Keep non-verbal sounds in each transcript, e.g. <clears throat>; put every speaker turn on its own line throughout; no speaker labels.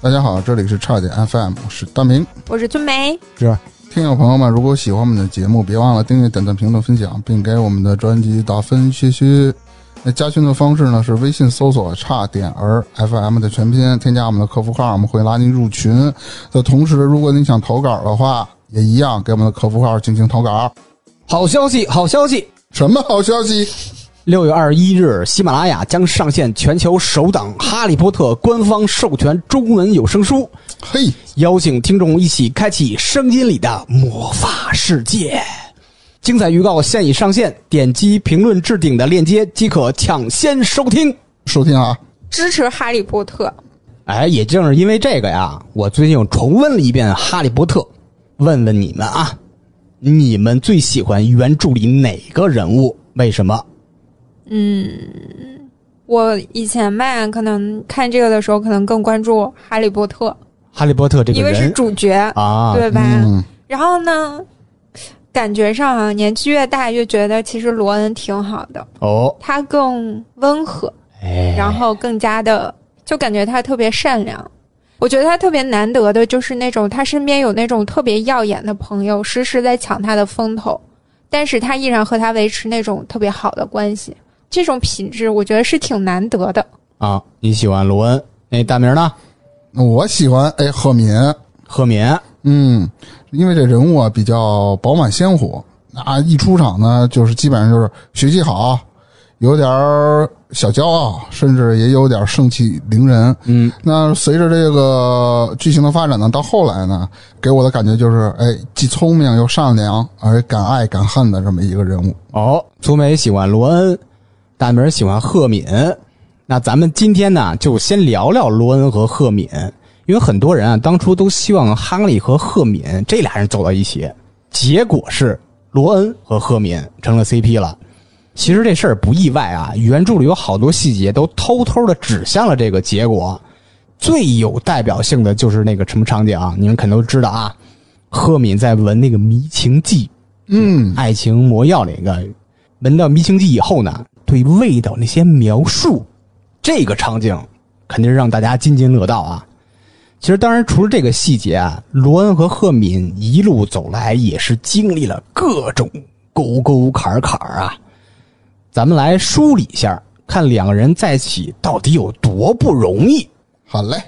大家好，这里是差点 FM，我是大明。
我是春梅，
是吧？
听友朋友们，如果喜欢我们的节目，别忘了订阅、点赞、评论、分享，并给我们的专辑打分，谢谢。那加群的方式呢是微信搜索“差点儿 FM” 的全拼，添加我们的客服号，我们会拉您入群。的同时，如果您想投稿的话，也一样给我们的客服号进行投稿。
好消息，好消息！
什么好消息？
六月二十一日，喜马拉雅将上线全球首档《哈利波特》官方授权中文有声书，
嘿，
邀请听众一起开启声音里的魔法世界。精彩预告现已上线，点击评论置顶的链接即可抢先收听。
收听啊！
支持哈利波特。
哎，也正是因为这个呀，我最近又重温了一遍《哈利波特》，问问你们啊，你们最喜欢原著里哪个人物？为什么？
我以前吧，可能看这个的时候，可能更关注哈利波特，
哈利波特这个
因为
人
是主角，
啊，
对吧？
嗯，
然后呢，感觉上啊，年纪越大，越觉得其实罗恩挺好的，
哦，
他更温和，
哎，
然后更加的，就感觉他特别善良。我觉得他特别难得的就是那种他身边有那种特别耀眼的朋友，时时在抢他的风头，但是他依然和他维持那种特别好的关系。这种品质，我觉得是挺难得的。
啊，你喜欢罗恩？那大名呢？
那我喜欢哎赫敏，
赫敏
嗯，因为这人物啊比较饱满鲜活，啊一出场呢就是基本上就是学习好，有点儿小骄傲，甚至也有点儿盛气凌人。
嗯，
那随着这个剧情的发展呢，到后来呢，给我的感觉就是，哎，既聪明又善良，而敢爱敢恨的这么一个人物。
哦，粗眉喜欢罗恩，大名喜欢赫敏。那咱们今天呢，就先聊聊罗恩和赫敏，因为很多人啊，当初都希望哈利和赫敏这俩人走到一起，结果是罗恩和赫敏成了 CP 了。其实这事儿不意外啊，原著里有好多细节都偷偷的指向了这个结果。最有代表性的就是那个什么场景啊，你们肯定都知道啊，赫敏在闻那个迷情剂，
嗯，
爱情魔药那个，闻到迷情剂以后呢，对味道那些描述，这个场景肯定是让大家津津乐道啊。其实，当然除了这个细节啊，罗恩和赫敏一路走来也是经历了各种沟沟坎坎啊。咱们来梳理一下，看两个人在一起到底有多不容易。
好嘞，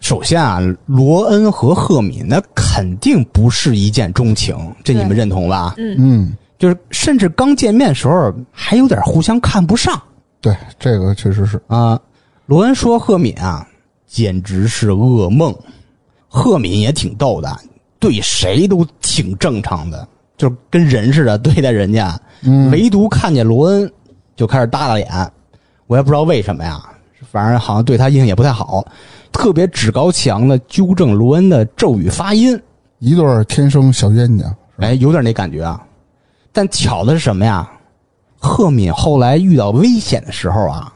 首先啊，罗恩和赫敏那肯定不是一见钟情，这你们
对
认同吧？
嗯，
就是甚至刚见面时候还有点互相看不上
对，这个确实是，
啊。罗恩说赫敏啊，简直是噩梦。赫敏也挺逗的，对谁都挺正常的，就是跟人似的对待人家，唯独看见罗恩就开始耷拉脸。我也不知道为什么呀，反正好像对他印象也不太好，特别趾高气扬的纠正罗恩的咒语发音。
一对儿天生小冤家。
哎，有点那感觉啊。但巧的是什么呀？赫敏后来遇到危险的时候啊，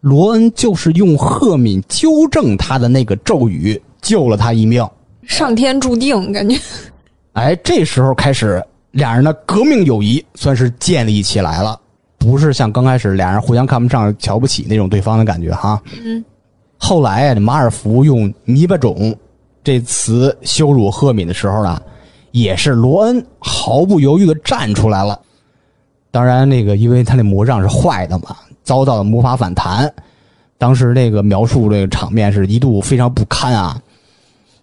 罗恩就是用赫敏纠正他的那个咒语救了他一命。
上天注定，感觉 <laughs>
哎，这时候开始，俩人的革命友谊算是建立起来了，不是像刚开始俩人互相看不上、瞧不起那种对方的感觉哈。嗯。后来啊，马尔福用“泥巴种”这词羞辱赫敏的时候呢，也是罗恩毫不犹豫的站出来了。当然，那个因为他那魔杖是坏的嘛，遭到了魔法反弹。当时那个描述这个场面是一度非常不堪啊，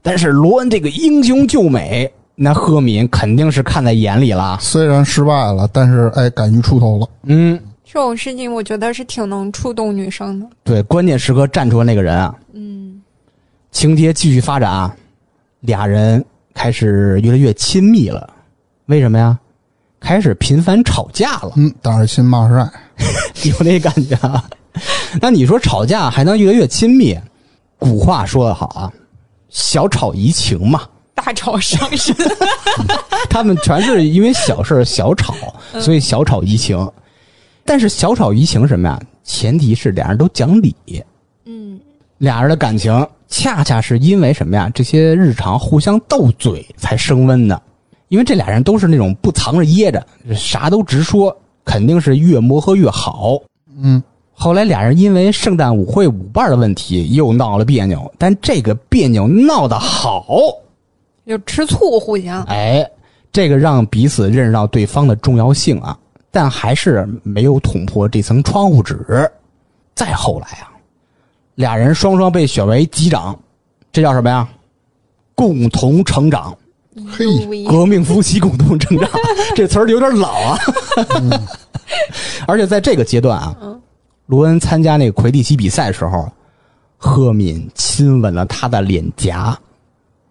但是罗恩这个英雄救美，那赫敏肯定是看在眼里了。
虽然失败了，但是哎，敢于出头了。
嗯，
这种事情，我觉得是挺能触动女生的。
对，关键时刻站出来那个人啊。嗯，情节继续发展啊，俩人开始越来越亲密了。为什么呀？开始频繁吵架了， <laughs>
嗯，打是亲，骂是爱。
有那感觉啊。那你说吵架还能越来越亲密？古话说得好啊，小吵怡情嘛。
大潮上身， <laughs>
<laughs> 他们全是因为小事儿小吵，所以小吵怡情。但是小吵怡情是什么呀？前提是俩人都讲理。
嗯，
俩人的感情恰恰是因为什么呀？这些日常互相斗嘴才升温的。因为这俩人都是那种不藏着掖着，啥都直说，肯定是越磨合越好。
嗯，
后来俩人因为圣诞舞会舞伴的问题又闹了别扭，但这个别扭闹得好，
就吃醋互相。
哎，这个让彼此认识到对方的重要性啊，但还是没有捅破这层窗户纸。再后来啊，俩人双双被选为级长，这叫什么呀？共同成长，
嘿，
嗯
革命夫妻共同成长，这词儿有点老啊。而且在这个阶段啊，罗恩参加那个魁地奇比赛的时候，赫敏亲吻了他的脸颊，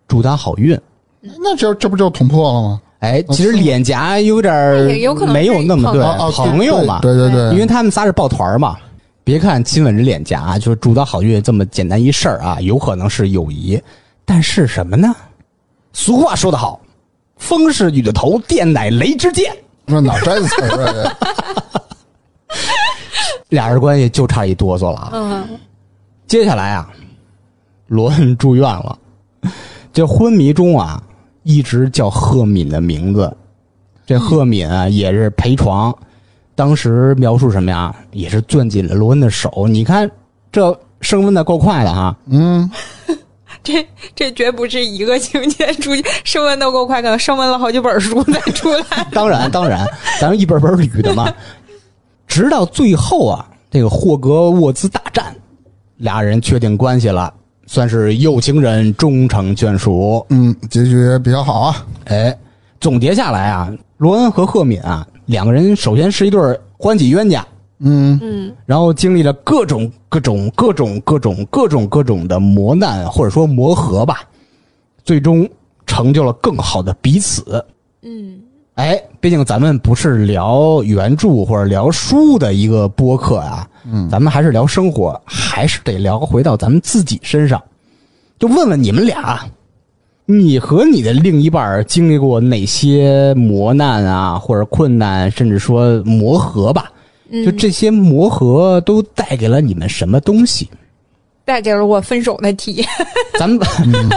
祝他好运。
那这这不就捅破了吗？
哎，
哦
其实
是吗
脸颊有点儿
也有可能
没有那么
是
对
对
啊啊，
朋友嘛，
对对对，
因为他们仨是抱团儿嘛。别看亲吻着脸颊，啊就是祝他好运这么简单一事儿啊，有可能是友谊，但是什么呢？俗话说得好，“风是雨的头，电乃雷之剑
那哪摘的词儿啊？这”，
俩人关系就差一哆嗦了啊。
嗯，
接下来啊，罗恩住院了，这昏迷中啊，一直叫赫敏的名字。这赫敏啊，也是陪床。当时描述什么呀？也是攥紧了罗恩的手。你看这升温的够快的哈，
嗯，
这这绝不是一个情节出现，升温都够快，可能升温了好几本书才出来。
当然当然，咱们一本本捋的嘛。直到最后啊，这个霍格沃兹大战，俩人确定关系了，算是有情人终成眷属。
嗯，结局也比较好啊。
哎，总结下来啊，罗恩和赫敏啊，两个人首先是一对儿欢喜冤家，
嗯，
嗯，
然后经历了各种各种各种各种各种各种的磨难，或者说磨合吧，最终成就了更好的彼此。
嗯，
哎，毕竟咱们不是聊原著或者聊书的一个播客啊，嗯，咱们还是聊生活，还是得聊回到咱们自己身上，就问问你们俩，啊你和你的另一半儿经历过哪些磨难啊，或者困难，甚至说磨合吧？就这些磨合都带给了你们什么东西？
带给了我分手的体验。
咱们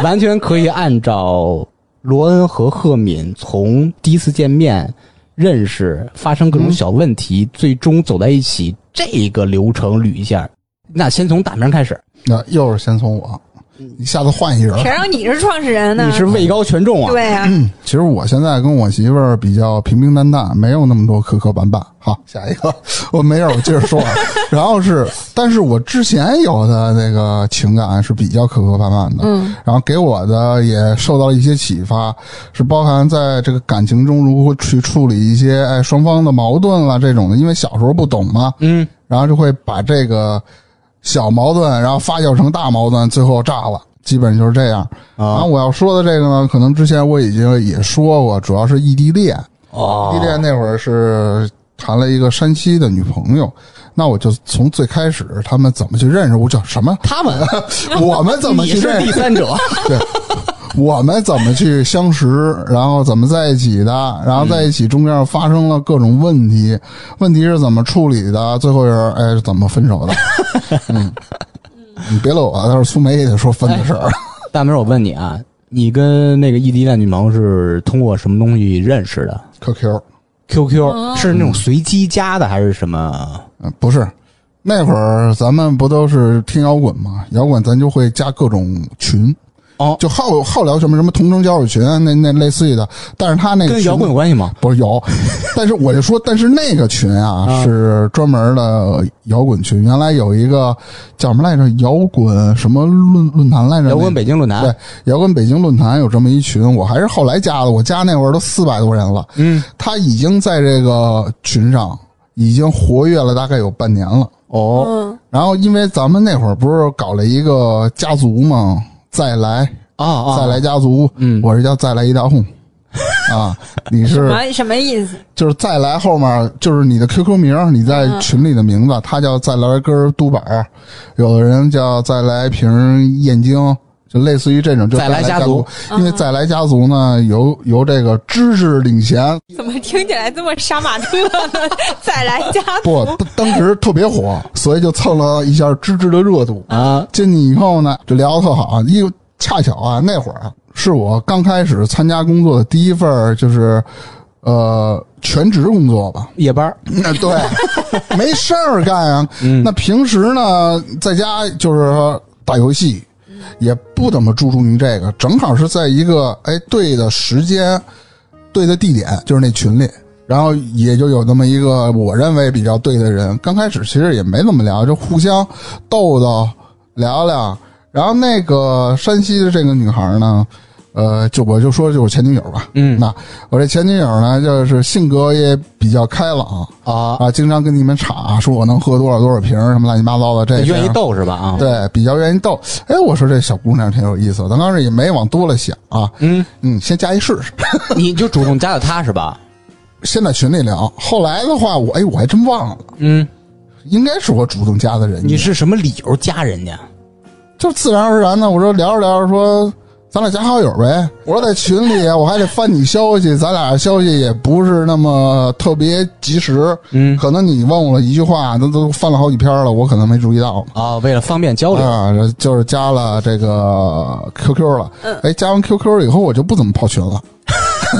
完全可以按照罗恩和赫敏从第一次见面、认识、发生各种小问题，最终走在一起这个流程捋一下。那先从大明开始，
那又是先从我，
嗯
一下子换一人。
谁让你是创始人呢？
你是位高权重啊！
对呀、
其实我现在跟我媳妇儿比较平平淡淡，没有那么多磕磕绊绊。好，下一个，我没事儿，我接着说啊。 <laughs> 然后是，但是我之前有的那个情感是比较磕磕绊绊的，
嗯，
然后给我的也受到了一些启发，是包含在这个感情中如何去处理一些哎双方的矛盾啦这种的，因为小时候不懂嘛，
嗯，
然后就会把这个小矛盾，然后发酵成大矛盾，最后炸了，基本就是这样。然后
啊
我要说的这个呢，可能之前我已经也说过，主要是异地恋。异地
哦，？
恋那会儿是谈了一个山西的女朋友，那我就从最开始他们怎么去认识，我叫什么
他们
<laughs> 我们怎么
你
去
是
认
第
识？
三者，
对，我们怎么去相识，然后怎么在一起的，然后在一起中间发生了各种问题，问题是怎么处理的，最后是哎是怎么分
<laughs>
手的？嗯，你别乐我，但是苏梅也得说分的事儿。
<laughs> 大明，我问你啊，你跟那个异地恋女朋友是通过什么东西认识的
QQ。
？QQ 是那种随机加的还是什么？
嗯，不是，那会儿咱们不都是听摇滚嘛？摇滚咱就会加各种群，
哦
就好好聊什么什么同城交友群，啊那那类似于的。但是他那个
跟
群
摇滚有关系吗？
不是
<laughs>
有，但是我就说，但是那个群啊、
啊
是专门的摇滚群，原来有一个叫什么来着？摇滚什么论论坛来着？
摇滚北京论坛
对，摇滚北京论坛有这么一群，我还是后来加的，我加那会儿都四百多人了。
嗯，
他已经在这个群上已经活跃了大概有半年了。
哦，
嗯，
然后因为咱们那会儿不是搞了一个家族嘛，再来
啊啊！
再来家族，
嗯
我是叫再来一大
<laughs>
哄。啊，你
什
是
么什么意思？
就是再来后面就是你的 QQ 名，你在群里的名字，他叫再来根嘟板儿，有的人叫再来瓶燕京，就类似于这种，就
再来
来
家
族
族，
因为再来家族呢，由由这个知识领衔，
怎么听起来这么杀马特呢？ <laughs> 再来加
不，当时特别火，所以就蹭了一下芝芝的热度。
啊，
进去以后呢，就聊得特好，因为啊恰巧啊，那会儿啊，是我刚开始参加工作的第一份儿就是呃全职工作吧。
夜班儿，
<laughs> 那对，没事儿干啊。那平时呢，在家就是说打游戏，也不怎么注重于这个，正好是在一个哎对的时间、对的地点，就是那群里。然后也就有那么一个我认为比较对的人，刚开始其实也没怎么聊，就互相逗逗聊聊。然后那个山西的这个女孩呢，呃，就我就说就我前女友吧，
嗯
那我这前女友呢，就是性格也比较开朗
啊，
啊，经常跟你们吵，说我能喝多少多少瓶儿什么乱七八糟的，这
愿意
这
斗是吧？啊，
对，比较愿意逗。哎，我说这小姑娘挺有意思的，咱当时也没往多了想啊，
嗯，
嗯，先加一试 <clears throat> 试，
你就主动加的他是吧？
先在群里聊。后来的话，我哎，我还真忘了，
嗯，
应该是我主动加的人家，
你是什么理由加人家？
就自然而然的，我说聊着聊着说。咱俩加好友呗！我说在群里啊，我还得翻你消息，咱俩消息也不是那么特别及时，
嗯
可能你问我一句话，那都翻了好几篇了，我可能没注意到。
啊，为了方便交流，
啊，就是加了这个 QQ 了，
嗯
哎，加完 QQ 以后我就不怎么泡群了，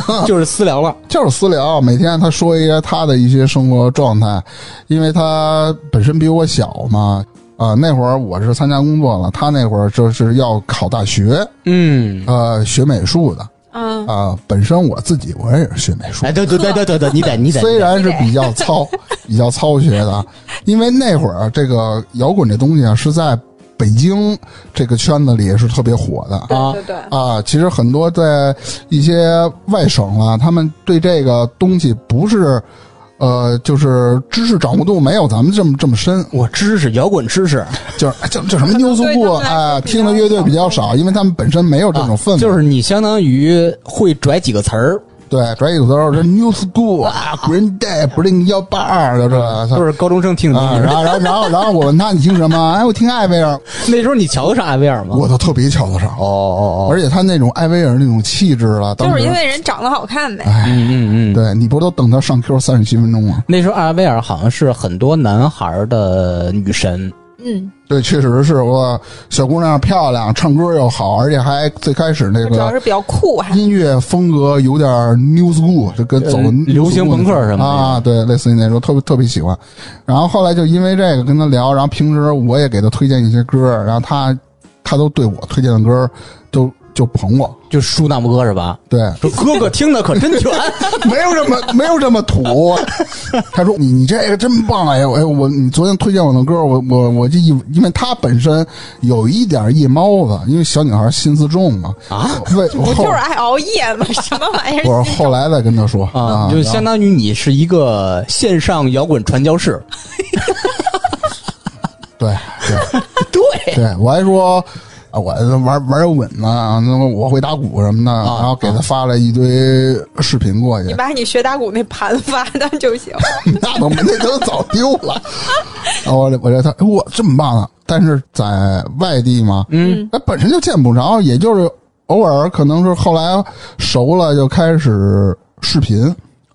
嗯
<laughs> 就是私聊了。
就是私聊，每天他说一些他的一些生活状态，因为他本身比我小嘛，啊，那会儿我是参加工作了，他那会儿就是要考大学，
嗯，
呃，学美术的，
嗯，
啊，本身我自己我也是学美术的，
哎，对对对对对对，你得你得，
虽然是比
<laughs>
较糙，比较糙学的啊，因为那会儿这个摇滚这东西啊是在北京这个圈子里是特别火的
啊
对对对，
啊。其实很多在一些外省啊，他们对这个东西不是呃，就是知识掌握度没有咱们这么这么深， <laughs>
我知识摇滚知识，
就是哎就就什么牛
对
斯
他们
库
来说
啊，
比较啊
听的乐队比较少，因为他们本身没有这种氛围，
啊就是你相当于会拽几个词儿，
对，转一个词儿这 New School 啊，Green Day、Blink 幺八二，就这。
都是高中生听的
啊，
东西。
然后然后然后然后我问他你听什么？哎，我听艾薇儿，
那时候你瞧得上艾薇儿吗？
我都特别瞧得上，
哦哦哦，
而且他那种艾薇儿那种气质了，当
就
时
是因为人长得好看呗。
哎，
嗯嗯嗯，
对你不都等他上 Q 三十七分钟吗？
那时候艾薇儿好像是很多男孩儿的女神。
嗯，
对，确实是我小姑娘漂亮，唱歌又好，而且还最开始那
主
个
要
哦
是比较酷还。
音乐风格有点 new school，就跟走
呃
new
流行
school
朋克什么的
啊，对，类似于那种，特别特别喜欢。然后后来就因为这个跟他聊，然后平时我也给他推荐一些歌，然后他他都对我推荐的歌都就捧我，
就舒那姆哥是吧？
对，
说哥哥听的可真全，
没有这么没有这么土。他说你你这个真棒哎哎我你昨天推荐我的歌，我我我就以为因为他本身有一点夜猫子，因为小女孩心思重嘛啊，为
不就
后
是爱熬夜
<laughs>
吗？什么玩意儿？
我后来再跟他说
<laughs> 啊，就相当于你是一个线上摇滚传教士。
对对。
对，
对我还说。啊，我玩玩稳呢，那么我会打鼓什么的，
啊
然后给他发了一堆视频过
你
去，
把你学打鼓那盘发的就行。
<laughs> 那都那都早丢了。然后我这我这他，哎我这么棒啊！但是在外地嘛，嗯，那本身就见不着，也就是偶尔可能是后来熟了就开始视频。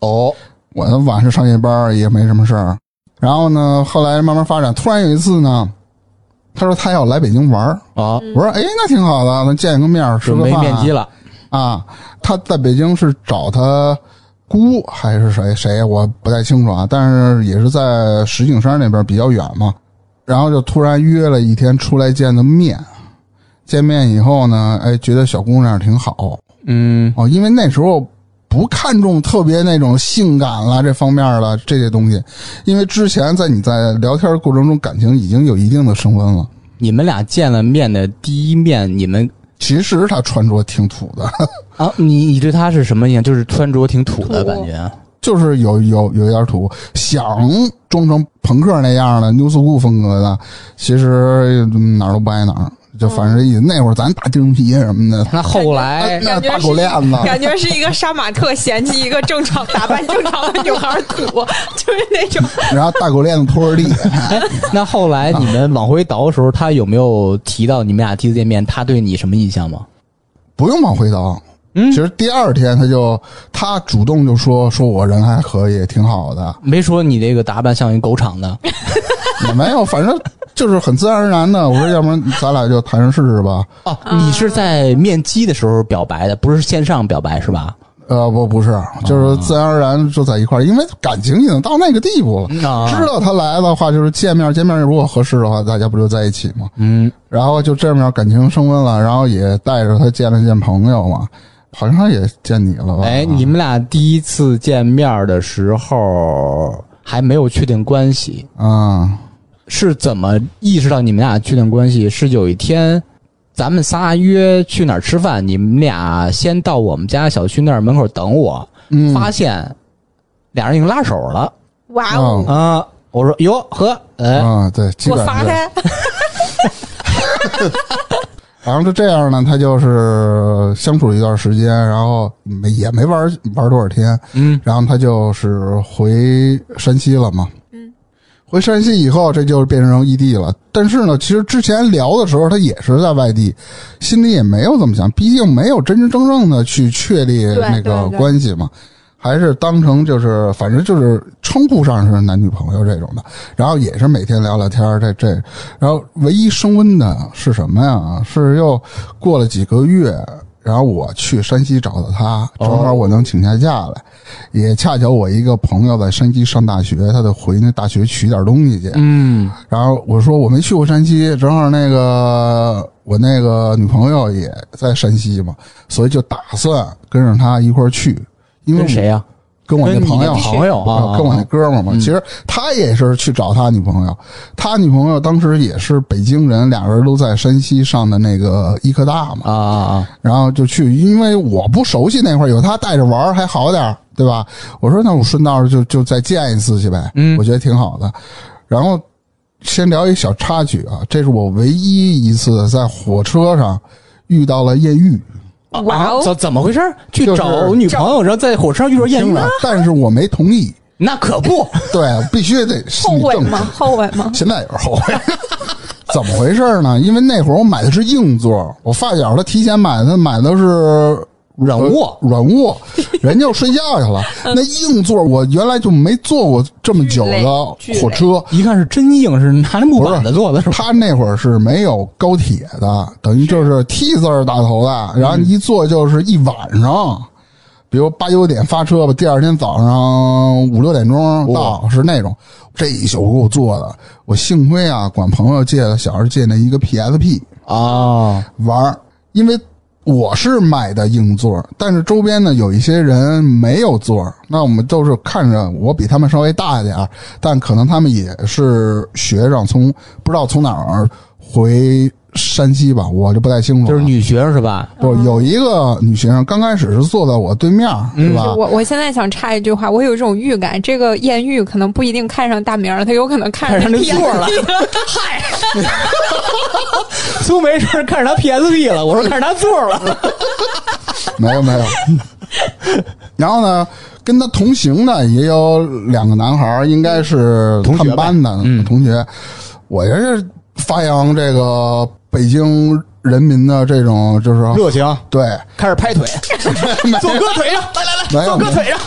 哦，
我晚上上夜班儿也没什么事儿，然后呢，后来慢慢发展，突然有一次呢，他说他要来北京玩儿，
啊，
我说，哎，那挺好的，咱见个面儿，吃
准
个
备
饭、啊。
面基了。
啊，他在北京是找他姑还是谁谁，我不太清楚啊，但是也是在石景山那边比较远嘛。然后就突然约了一天出来见的面，见面以后呢，哎，觉得小姑娘挺好
嗯，
哦，因为那时候不看重特别那种性感啦这方面了这些东西，因为之前在你在聊天过程中感情已经有一定的升温了。
你们俩见了面的第一面，你们
其实她穿着挺土的，
啊，你你对他是什么印象？就是穿着挺土的
土
感觉。啊
就是有有有点土，想装成朋克那样的 New School 风格的，其实、嗯哪儿都不挨哪儿，就反正这意思。那会儿咱打钉皮什么的，
那后 <laughs> 来
那
哎感觉
大狗链子，
感觉是一个杀马特嫌弃一个正常打扮正常的女孩土，就是那种
然后大狗链子拖着地，
那后来你们往回倒的时候，他有没有提到你们俩第一次见面，他对你什么印象吗？
不用往回倒。
嗯
其实第二天他就他主动就说说我人还可以，挺好的，
没说你这个打扮像一狗场的，
也没有，反正就是很自然而然的。我说要不然咱俩就谈谈试试吧。
哦，你是在面基的时候表白的，不是线上表白是吧？
呃，不不是，就是自然而然就在一块儿，因为感情已经到那个地步了。
啊
知道他来的话，就是见面，见面如果合适的话，大家不就在一起吗？
嗯，
然后就这样感情升温了，然后也带着他见了见朋友嘛，好像也见你了吧？
哎，你们俩第一次见面的时候还没有确定关系，
啊，
是怎么意识到你们俩确定关系？是有一天咱们仨约去哪儿吃饭，你们俩先到我们家小区那儿门口等我，
嗯，
发现俩人已经拉手了
哇
哦
哦，
啊、我说哟呵，哎，
啊，对，基
我
本
发
上是。
开，
然后就这样呢，他就是相处一段时间，然后没也没玩玩多少天，
嗯，
然后他就是回山西了嘛。
嗯，
回山西以后，这就变成异地了。但是呢，其实之前聊的时候，他也是在外地，心里也没有怎么想，毕竟没有真真正正的去确立
对
那个
对对
关系嘛。还是当成就是，反正就是称呼上是男女朋友这种的，然后也是每天聊聊天儿，这这，然后唯一升温的是什么呀？是又过了几个月，然后我去山西找到他，
哦
正好我能请下假来，也恰巧我一个朋友在山西上大学，他得回那大学取点东西去，
嗯，
然后我说我没去过山西，正好那个我那个女朋友也在山西嘛，所以就打算跟着她一块儿去，因为
跟谁啊呀、
我跟我那
跟你
朋
那
友
朋友啊
跟我那哥们儿嘛，
嗯
其实他也是去找他女朋友，他女朋友当时也是北京人，俩人都在山西上的那个医科大嘛，
啊啊啊！
然后就去，因为我不熟悉那块儿，有他带着玩儿还好点儿，对吧？我说那我顺道就就再见一次去呗，
嗯
我觉得挺好的。然后先聊一小插曲啊，这是我唯一一次在火车上遇到了艳遇，
哇
啊，
哦，
怎怎么回事？去
就是
找女朋友，然后在火车上遇到艳
听
遇，
着，但是我没同意，
那可不，
对，必须得心
后
里
悔
正
吗？后悔吗？
现在也是后悔。 <laughs> 怎么回事呢？因为那会儿我买的是硬座，我发小他提前买的，他买的是
软卧
呃软卧，人家就睡觉
<laughs>
去了。
嗯
那硬座我原来就没坐过这么久
巨
的
累
火车，
一看是真硬，是拿那木板子做的，是吧？
他那会儿是没有高铁的，等于就是 T 字儿打头的，然后一坐就是一晚上。比如八九点发车吧，第二天早上五六点钟到，是那种这一宿给我坐的。我幸亏啊，管朋友借了，小时候借那一个 PSP
啊，
玩儿，因为我是买的硬座，但是周边呢有一些人没有座儿，那我们都是看着我比他们稍微大一点儿，但可能他们也是学生从，不知道从哪儿回山西吧，我就不太清楚了。
就是女嗯学生是吧？
不有一个女学生，刚开始是坐在我对面儿，是吧？
嗯
我我现在想插一句话，我有一种预感，这个艳遇可能不一定看上大名儿，他有可能看上
看上那座儿了
<laughs> 嗨，
苏梅是看上他 PSP 了，我说看上他座了，
没有没
<laughs>
有。然后呢，跟他同行的也有两个男孩儿，应该是
同
他
学呗
们班的
嗯
同学。我也是发扬这个北京人民的这种，就是说
热情，
对，
<laughs> 开始拍 <laughs> 腿，坐哥腿上，来来来，
没有
坐哥腿上，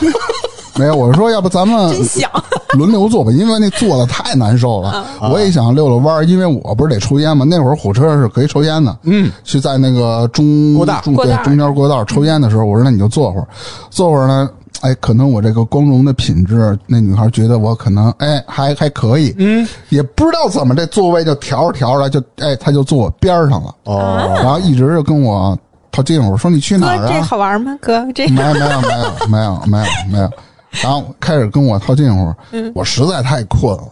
没有。我是说，要不咱们
真
<laughs>
香！
轮流坐吧，因为那坐的太难受了。
啊
我也想遛遛弯儿，因为我不是得抽烟嘛。那会儿火车是可以抽烟的，
嗯，
去在那个中
过道
中
过
对
道
中间过道抽烟的时候，我说那你就坐会儿，坐会儿呢，哎，可能我这个光荣的品质，那女孩觉得我可能哎还还可以，
嗯，
也不知道怎么这座位就调着调着就哎，她就坐我边儿上了，
哦，
然后一直就跟我套近乎，说你去哪儿
哥，这
啊？嗯
好玩吗？哥，这
没有没有没有没有没有没有，然后开始跟我套近乎，我实在太困了，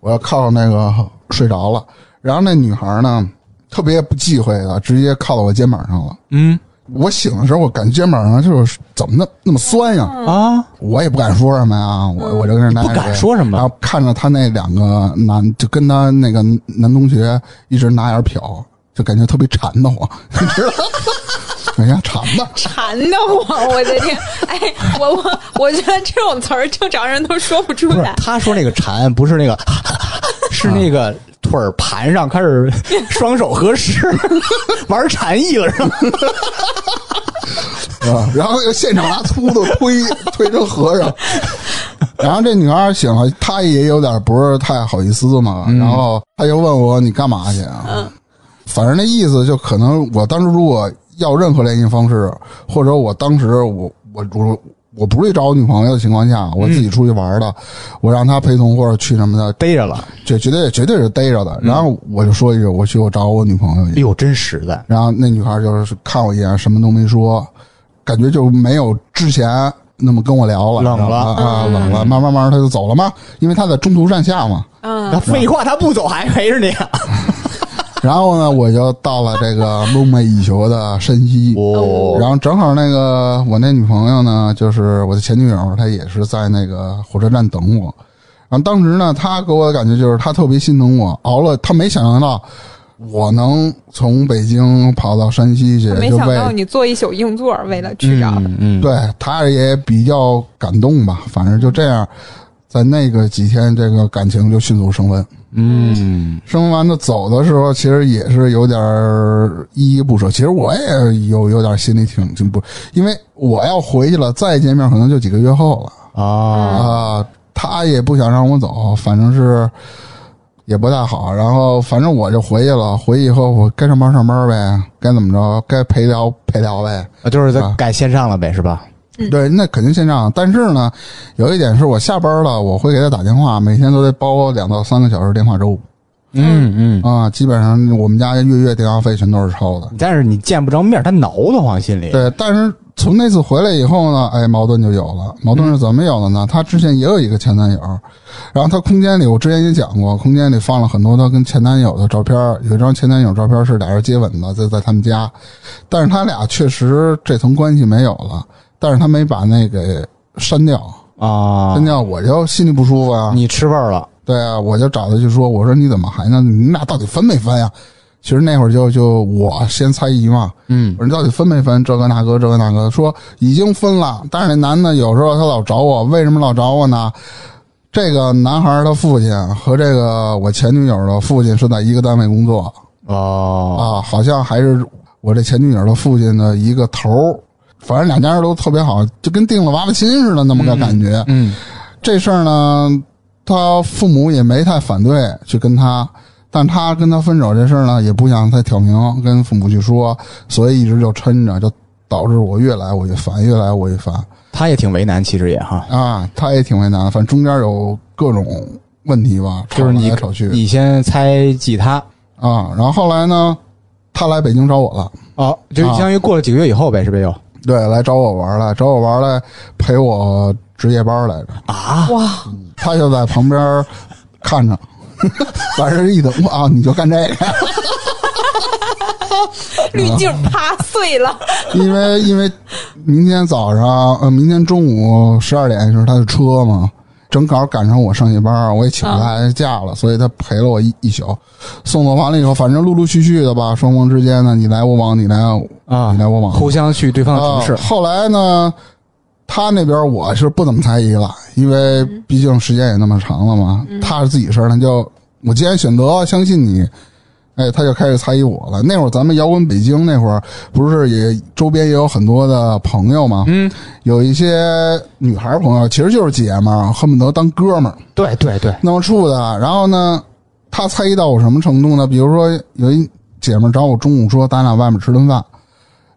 我要靠那个睡着了。然后那女孩呢，特别不忌讳的，直接靠到我肩膀上了。
嗯
我醒的时候，我感觉肩膀上就是怎么那那么酸呀？
啊，
我也不敢说什么呀，我我就跟人
不敢说什么
然后看着他那两个男，就跟他那个男同学一直拿眼瞟，就感觉特别馋的慌， <laughs> 你知道吗？感觉馋的，
馋得慌，我的天！哎，我我我觉得这种词儿正常人都说不出
不是
来，。
他说那个馋，不是那 <laughs> 个，是那个腿儿盘上开 <laughs> 始双手合十， <laughs> 玩禅意了是吧？
啊， <laughs> 然后又现场拿秃子推推成和尚。然后这女孩醒了，她也有点不是太好意思嘛，然后她就问我你干嘛去啊？反正那意思就可能我当时如果要任何联系方式，或者我当时我我我我不是找我女朋友的情况下，我自己出去玩的，我让她陪同或者去什么的，
逮着了，
这绝对绝对是逮着的。然后我就说一句，我去我找我女朋友
哎
去。
呦，真实在，
然后那女孩就是看我一眼，什么都没说，感觉就没有之前那么跟我聊了，
冷了
然后啊啊，冷了，慢慢慢慢她就走了嘛，因为她在中途站下嘛。
那
嗯，
废话，他不走还陪着你啊，
然后呢，我就到了这个梦寐以求的山西。
哦
然后正好那个我那女朋友呢，就是我的前女友，她也是在那个火车站等我。然后当时呢，她给我的感觉就是她特别心疼我，熬了，她没想象到我能从北京跑到山西去，
没
就
想到
为
你坐一宿硬座为了去找，
嗯，
对她也比较感动吧。反正就这样，在那个几天，这个感情就迅速升温。
嗯，
生完的走的时候，其实也是有点儿依依不舍。其实我也有有点心里挺挺不，因为我要回去了，再见面可能就几个月后了
啊，
啊、他也不想让我走，反正是也不太好。然后反正我就回去了，回去以后我该上班上班呗，该怎么着该陪聊陪聊呗。
就是在
啊
改线上了呗，是吧？
对，那肯定线上。但是呢，有一点是我下班了，我会给他打电话，每天都得包两到三个小时电话粥
嗯嗯，
啊、基本上我们家月月电话费全都是超的。
但是你见不着面，他挠得慌，心里，
对，但是从那次回来以后呢，哎，矛盾就有了。矛盾是怎么有的呢？她之前也有一个前男友，然后她空间里，我之前也讲过，空间里放了很多她跟前男友的照片，有一张前男友照片是俩人接吻的，在在他们家，但是他俩确实这层关系没有了，但是他没把那给删掉，
啊
删，掉我就心里不舒服啊。
你吃味儿了，
对啊，我就找他去说，我说你怎么还呢？你俩到底分没分呀？其实那会儿就就我先猜疑嘛，
嗯
我说你到底分没分这个那个这个那个？说已经分了，但是那男的有时候他老找我，为什么老找我呢？这个男孩他父亲和这个我前女友的父亲是在一个单位工作啊，
哦，
好像还是我这前女友的父亲的一个头儿，反正两家人都特别好，就跟定了娃娃亲似的那么个感觉。
嗯
这事儿呢，他父母也没太反对去跟他，但他跟他分手这事儿呢，也不想太挑明跟父母去说，所以一直就抻着，就导致我越来我越烦，越来我越烦
他也挺为难，其实也哈，
啊！他也挺为难，反正中间有各种问题吧，
就是你
吵来吵去
你先猜忌他，
啊。然后后来呢，他来北京找我了。
哦，就
啊
相当于过了几个月以后呗，是不是又
对，来找我玩儿来，找我玩儿来，陪我值夜班儿来着。
啊？
哇，
他就在旁边儿看着， <laughs> 反正一等啊，你就干这个，
滤镜
啊
啪碎了，
因为因为明天早上呃，明天中午十二点的时候他的车嘛，正好赶上我上夜班儿，我也请不来假了，所以他陪了我一一宿。送我完了以后，反正陆陆续续的吧，双方之间呢，你来我往，你来
啊
你来我往，
互相去对方的城
啊
市，
后来呢，他那边我是不怎么猜疑了，因为毕竟时间也那么长了嘛。他是自己事儿，他就我既然选择相信你，哎，他就开始猜疑我了。那会儿咱们摇滚北京那会儿，不是也周边也有很多的朋友嘛？
嗯，
有一些女孩朋友其实就是姐们儿，恨不得当哥们儿
对对对，
那么处的。然后呢，他猜疑到我什么程度呢？比如说有一姐们儿找我中午说，咱俩外面吃顿饭，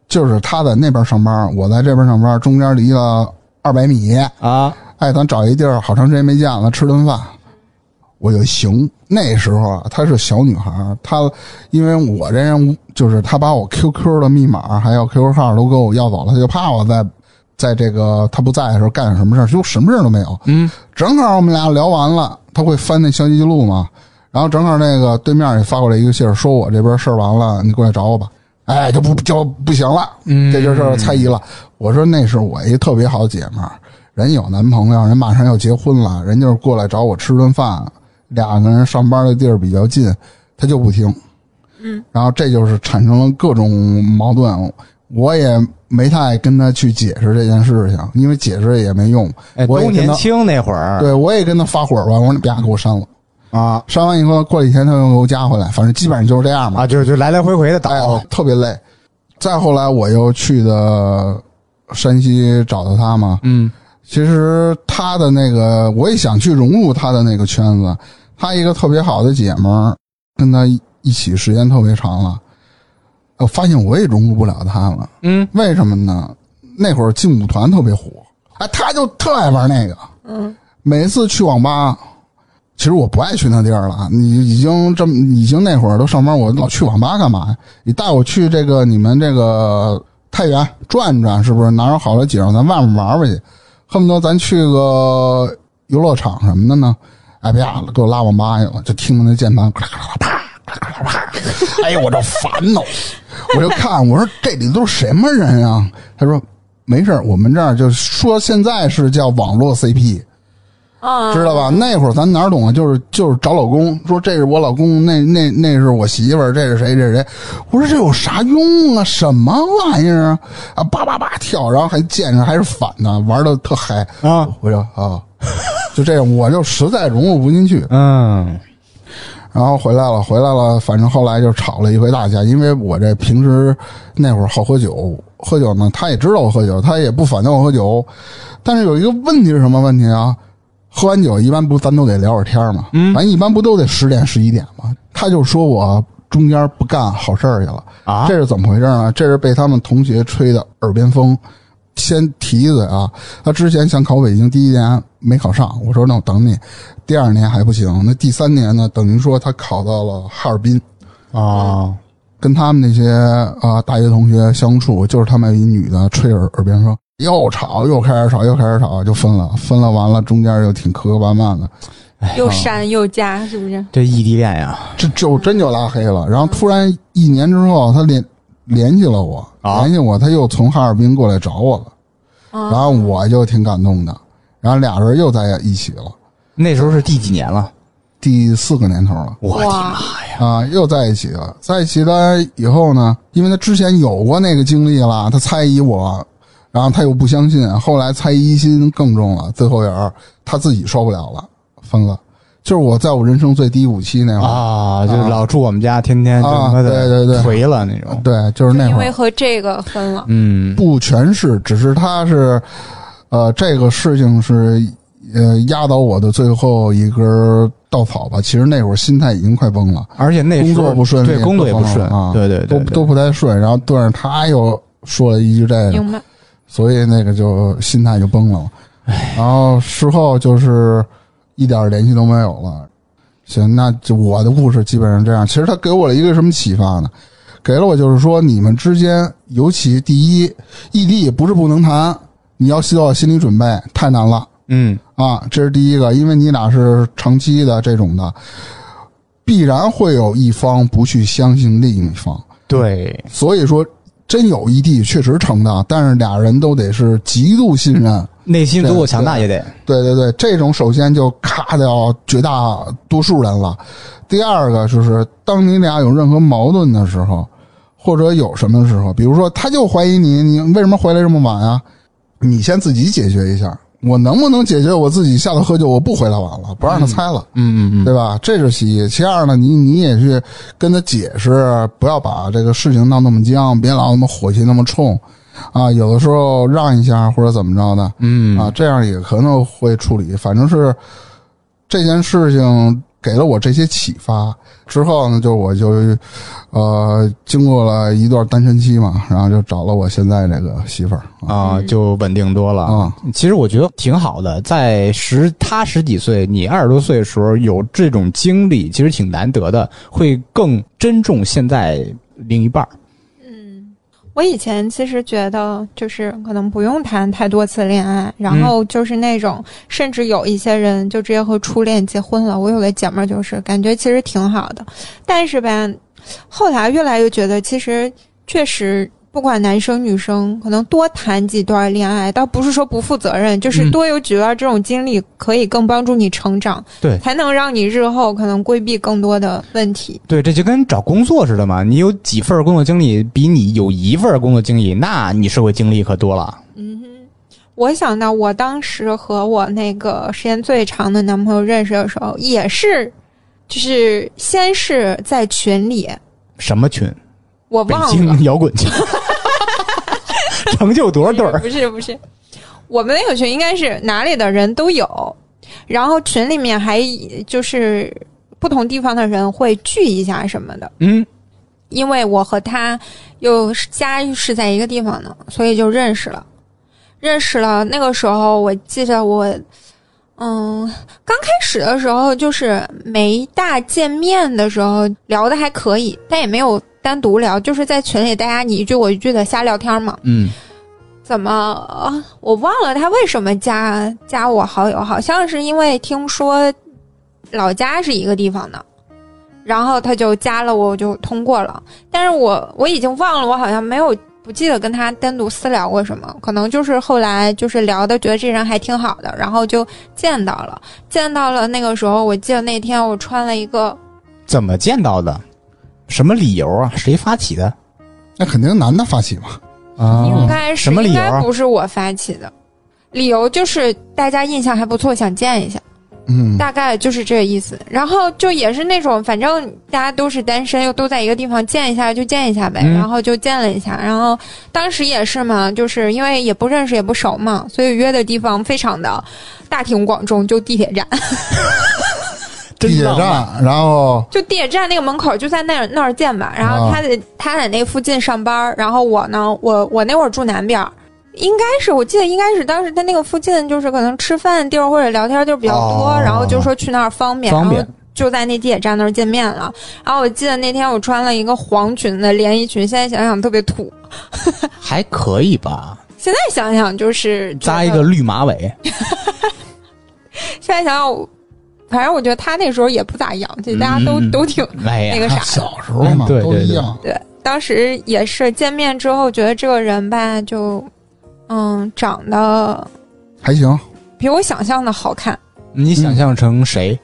就是她在那边上班，我在这边上班，中间离了二百米，
啊，
哎，咱找一地儿，好长时间没见了，吃顿饭。我就行，那时候啊，她是小女孩儿，她因为我这人就是她把我 QQ 的密码还有 QQ 号都给我要走了，她就怕我在在这个她不在的时候干点什么事儿，就什么事儿都没有。
嗯，
正好我们俩聊完了，他会翻那消息记录嘛，然后正好那个对面也发过来一个信儿，说我这边事儿完了，你过来找我吧。哎，就不就不行了，
嗯
这就是猜疑了。我说那是我一特别好的姐们儿，人有男朋友，人马上要结婚了，人就是过来找我吃顿饭，两个人上班的地儿比较近，他就不听。嗯，然后这就是产生了各种矛盾，我也没太跟他去解释这件事情，因为解释也没用。
哎，
我也
都
跟
年
他
轻那会儿
对，我也跟他发火吧，我说你别给我删了。
啊
删完以后，过几天他又给我加回来，反正基本上就是这样嘛。
啊，就是就来来回回的
哎
倒，，
特别累。再后来，我又去的山西找到他嘛。
嗯
其实他的那个，我也想去融入他的那个圈子。他一个特别好的姐们儿，跟他一起时呃间特别长了。我发现我也融入不了他们，
嗯
为什么呢？那会儿劲舞团特别火，哎，他就特爱玩那个。
嗯，
每次去网吧，其实我不爱去那地儿了。啊你已经这么，已经那会儿都上班，我老去网吧干嘛呀？你带我去这个你们这个太原转转，是不是？哪有好的景儿，咱外面玩玩去，恨不得咱去个游乐场什么的呢？哎，别了，给我拉网吧去了，就听着那键盘咔咔咔啪咔咔啪，哎呦，我这烦恼， <laughs> 我就看，我说这里都是什么人啊？他说没事儿我们这儿就说现在是叫网络 CP，
啊，
知道吧？那会儿咱哪儿懂啊？就是就是找老公，说这是我老公，那那那是我媳妇儿，这是谁？这是谁？我说这有啥用啊？什么玩意儿啊？啊，叭叭叭跳，然后还见着还是反的，玩的特嗨。
啊，
我就啊， <laughs> 就这样，我就实在融入不进去。
嗯，
然后回来了，回来了，反正后来就吵了一回大架，因为我这平时那会儿好喝酒，喝酒呢，他也知道我喝酒，他也不反对我喝酒，但是有一个问题是什么问题啊？喝完酒一般不咱都得聊会儿天儿嘛，嗯，咱一般不都得十点十一点嘛？他就说我中间不干好事儿去了
啊
这是怎么回事呢？这是被他们同学吹的耳边风。先提一嘴啊，他之前想考北京，第一年没考上，我说那我等你，第二年还不行，那第三年呢？等于说他考到了哈尔滨，
啊，
跟他们那些啊、呃大学同学相处，就是他们有一女的吹耳耳边说，又吵又开始吵又开始吵，就分了，分了完了中间又挺磕磕绊绊的，
又删又加，是不是？
这异地恋呀，
这就真就拉黑了。然后突然一年之后，他联联系了我，
啊
联系我，他又从哈尔滨过来找我了，
啊
然后我就挺感动的。然后俩人又在一起了，
那时候是第几年了？
第四个年头了。
我的
哇
妈哎呀！
啊，又在一起了。在一起了以后呢，因为他之前有过那个经历了，他猜疑我，然后他又不相信，后来猜疑心更重了。最后也是他自己受不了了，分了。就是我在我人生最低谷期那会儿，
啊，就老住我们家，天天就他妈
啊
的
对对对
颓了那种。
对，就是那
因
会
为
儿
和这个分了，
嗯，
不全是，只是他是，呃，这个事情是呃压倒我的最后一根稻草吧。其实那会儿心态已经快崩了。
而且那时候
工作不顺利
对工作也不顺
各方面啊，
对对
都
对，对
都不太顺，然后对着他又说了一句这个，
明白？
所以那个就心态就崩了嘛。然后事后就是一点联系都没有了。行，那就我的故事基本上这样。其实他给我了一个什么启发呢？给了我就是说，你们之间，尤其第一，异地不是不能谈，你要做好心理准备，太难了。
嗯
啊，这是第一个，因为你俩是长期的这种的，必然会有一方不去相信另一方，
对，
所以说真有异地确实成的，但是俩人都得是极度信任。
内心足够强大也得
对对对，这种首先就咔掉绝大多数人了。第二个就是，当你俩有任何矛盾的时候，或者有什么时候，比如说他就怀疑你，你为什么回来这么晚啊？你先自己解决一下，我能不能解决我自己？下次喝酒我不回来晚了，不让他猜了。
嗯嗯
对吧？这是其一。其二呢，你你也去跟他解释，不要把这个事情闹那么僵，别老那么火气那么冲，啊，有的时候让一下或者怎么着的，
嗯
啊，这样也可能会处理。反正是这件事情给了我这些启发之后呢，就我就呃经过了一段单身期嘛，然后就找了我现在这个媳妇儿啊
啊，就稳定多了。
啊，
其实我觉得挺好的，在十他十几岁，你二十多岁的时候有这种经历，其实挺难得的，会更珍重现在另一半儿。
我以前其实觉得，就是可能不用谈太多次恋爱，然
嗯
后就是那种，甚至有一些人就直接和初恋结婚了。我有个姐妹儿就是，感觉其实挺好的，但是吧，后来越来越觉得，其实确实不管男生女生，可能多谈几段恋爱，倒不是说不负责任，就是
嗯
多有几段这种经历，可以更帮助你成长，
对
才能让你日后可能规避更多的问题。
对，这就跟找工作似的嘛，你有几份工作经历，比你有一份工作经历，那你社会经历可多了。
嗯哼，我想到我当时和我那个时间最长的男朋友认识的时候，也是，就是先是在群里，
什么群？
我
北
忘了，
京 <laughs> 摇滚群，成就多少对儿？
不是不是，我们那个群应该是哪里的人都有，然后群里面还就是不同地方的人会聚一下什么的。
嗯，
因为我和他又是家是在一个地方的，所以就认识了。认识了。那个时候我记得我，嗯，刚开始的时候就是没大见面的时候聊的还可以，但也没有单独聊，就是在群里大家你一句我一句的瞎聊天嘛。
嗯，
怎么啊？我忘了他为什么加加我好友，好像是因为听说老家是一个地方的，然后他就加了我，我就通过了。但是我我已经忘了，我好像没有不记得跟他单独私聊过什么，可能就是后来就是聊的，觉得这人还挺好的，然后就见到了，见到了。那个时候我记得那天我穿了一个
怎么见到的？什么理由啊？谁发起的？
那肯定男的发起嘛。嗯
应
啊，
该是
什么理由啊
应该不是我发起的，理由就是大家印象还不错，想见一下，
嗯，
大概就是这个意思。然后就也是那种，反正大家都是单身，又都在一个地方，见一下就见一下呗。
嗯
然后就见了一下，然后当时也是嘛，就是因为也不认识也不熟嘛，所以约的地方非常的大庭广众，就地铁站，
地铁站，然后
就地铁站那个门口，就在那儿那儿见吧。然
啊
后他在、他在那附近上班，然后我呢，我我那会儿住南边儿，应该是我记得应该是当时他那个附近就是可能吃饭地儿或者聊天地儿比较多，
哦
然后就说去那儿方便，
方便
然后就在那地铁站那儿见面了。然后我记得那天我穿了一个黄裙子连衣裙，现在想想特别土，
还可以吧？
现在想想就是觉得
扎一个，绿马尾，
现在想想我，反正我觉得他那时候也不咋洋气，大家都、
嗯嗯嗯
都挺
哎呀
那，个啥的。
啊小时候嘛，
嗯对
都
对
一
对
样。
对，当时也是见面之后觉得这个人吧，就嗯，长得
还行，
比我想象的好看，
你想象成谁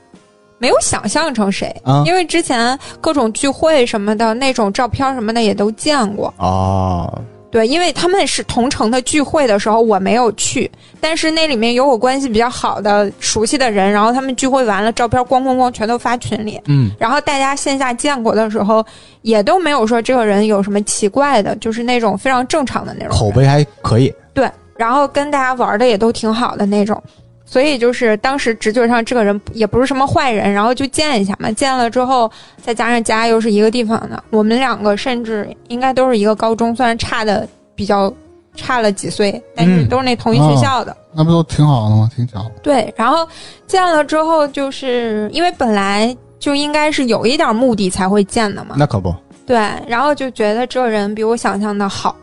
没有想象成谁。
啊？
因为之前各种聚会什么的那种照片什么的也都见过，
哦，
对，因为他们是同城的聚会的时候我没有去，但是那里面有我关系比较好的熟悉的人，然后他们聚会完了照片咣咣咣全都发群里，
嗯，
然后大家线下见过的时候也都没有说这个人有什么奇怪的，就是那种非常正常的那种
口
人
碑还可以，
对，然后跟大家玩的也都挺好的那种，所以就是当时直觉上这个人也不是什么坏人，然后就见一下嘛，见了之后再加上家又是一个地方的，我们两个甚至应该都是一个高中，虽然差的比较差了几岁，但是
嗯
都是那同一学校的。
那不都挺好的吗？挺巧的。
对，然后见了之后，就是因为本来就应该是有一点目的才会见的嘛，
那可不，
对，然后就觉得这个人比我想象的好，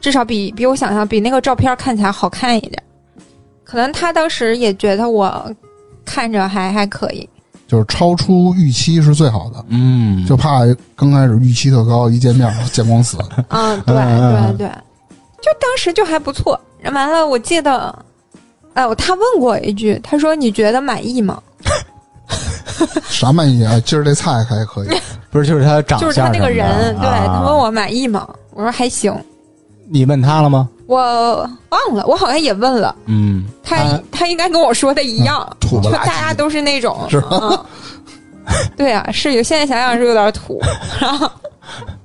至少比比我想象比那个照片看起来好看一点。可能他当时也觉得我看着还还可
<laughs>
以，
就是超出预期是最好的，
嗯
就怕刚开始预期特高，一见面儿见
<laughs>
光死。
嗯，对对对，就当时就还不错。完了，我记得，哎、我他问过我一句，他说你觉得满意吗？
啥满意啊？今儿这菜还
<laughs>
可以，
不是就是他长
就
相
是他那个
什么
人，
的
对
啊
他问我满意吗？我说还行，
你问他了吗？
我忘了，我好像也问了。
嗯，
他、
啊
他应该跟我说的一样，
土不
就
拉
大
几
家都是那种，
是吧
嗯、对啊，是有现在想想是有点土， <laughs> 然后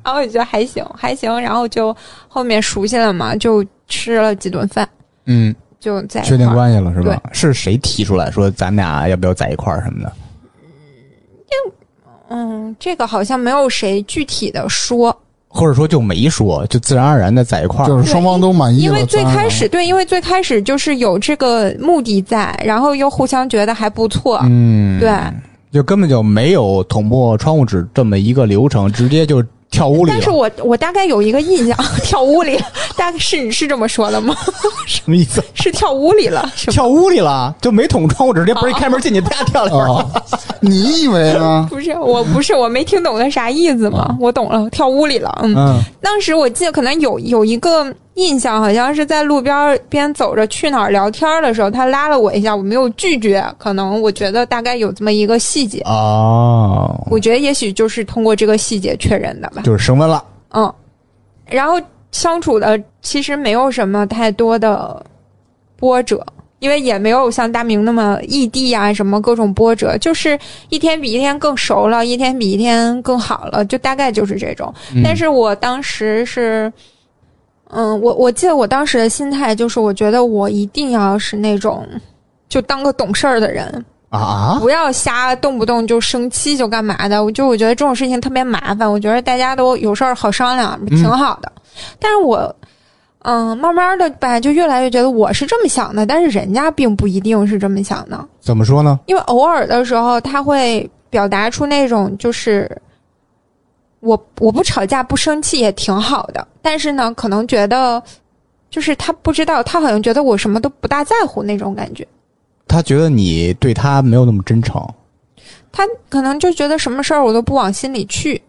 然后我就觉得还行还行，然后就后面熟悉了嘛，就吃了几顿饭，
嗯，
就在一块
确
儿
定关系了是吧？是谁提出来说咱俩要不要在一块儿什么的？
嗯，这个好像没有谁具体的说，
或者说就没说，就自然而然的在一块儿。
就是双方都满意了。
因为最
自然而然
啊
开始对，因为最开始就是有这个目的在，然后又互相觉得还不错，
嗯，
对。，
就根本就没有捅破窗户纸这么一个流程，直接就跳屋里
但是
了，
我我大概有一个印象， <laughs> 跳屋里，大概是你是这么说的吗？ <laughs>
什么意思？
是跳屋里了，是吗？
跳屋里了，就没捅窗户纸，直接不是一开门进去，啪跳里边了。
啊， <laughs> 你以为呢？
<laughs> 不是，我不是，我没听懂他啥意思嘛。我懂了，跳屋里了。嗯，
嗯，
当时我记得可能有有一个印象，好像是在路边边走着去哪儿聊天的时候，他拉了我一下，我没有拒绝，可能我觉得大概有这么一个细节，
哦，
我觉得也许就是通过这个细节确认的吧。
就是升温了。
嗯，然后相处的其实没有什么太多的波折，因为也没有像大明那么异地啊，什么各种波折，就是一天比一天更熟了，一天比一天更好了，就大概就是这种。
嗯
但是我当时是。嗯，我我记得我当时的心态就是，我觉得我一定要是那种，就当个懂事儿的人，
啊，
不要瞎动不动就生气就干嘛的，我就我觉得这种事情特别麻烦，我觉得大家都有事儿好商量，挺好的。但是我，嗯，慢慢的吧，就越来越觉得我嗯是这么想的，但是人家并不一定是这么想的，
怎么说呢？
因为偶尔的时候他会表达出那种就是呃我我不吵架不生气也挺好的，但是呢，可能觉得就是他不知道，他好像觉得我什么都不大在乎那种感觉，
他觉得你对他没有那么真诚，
他可能就觉得什么事儿我都不往心里去，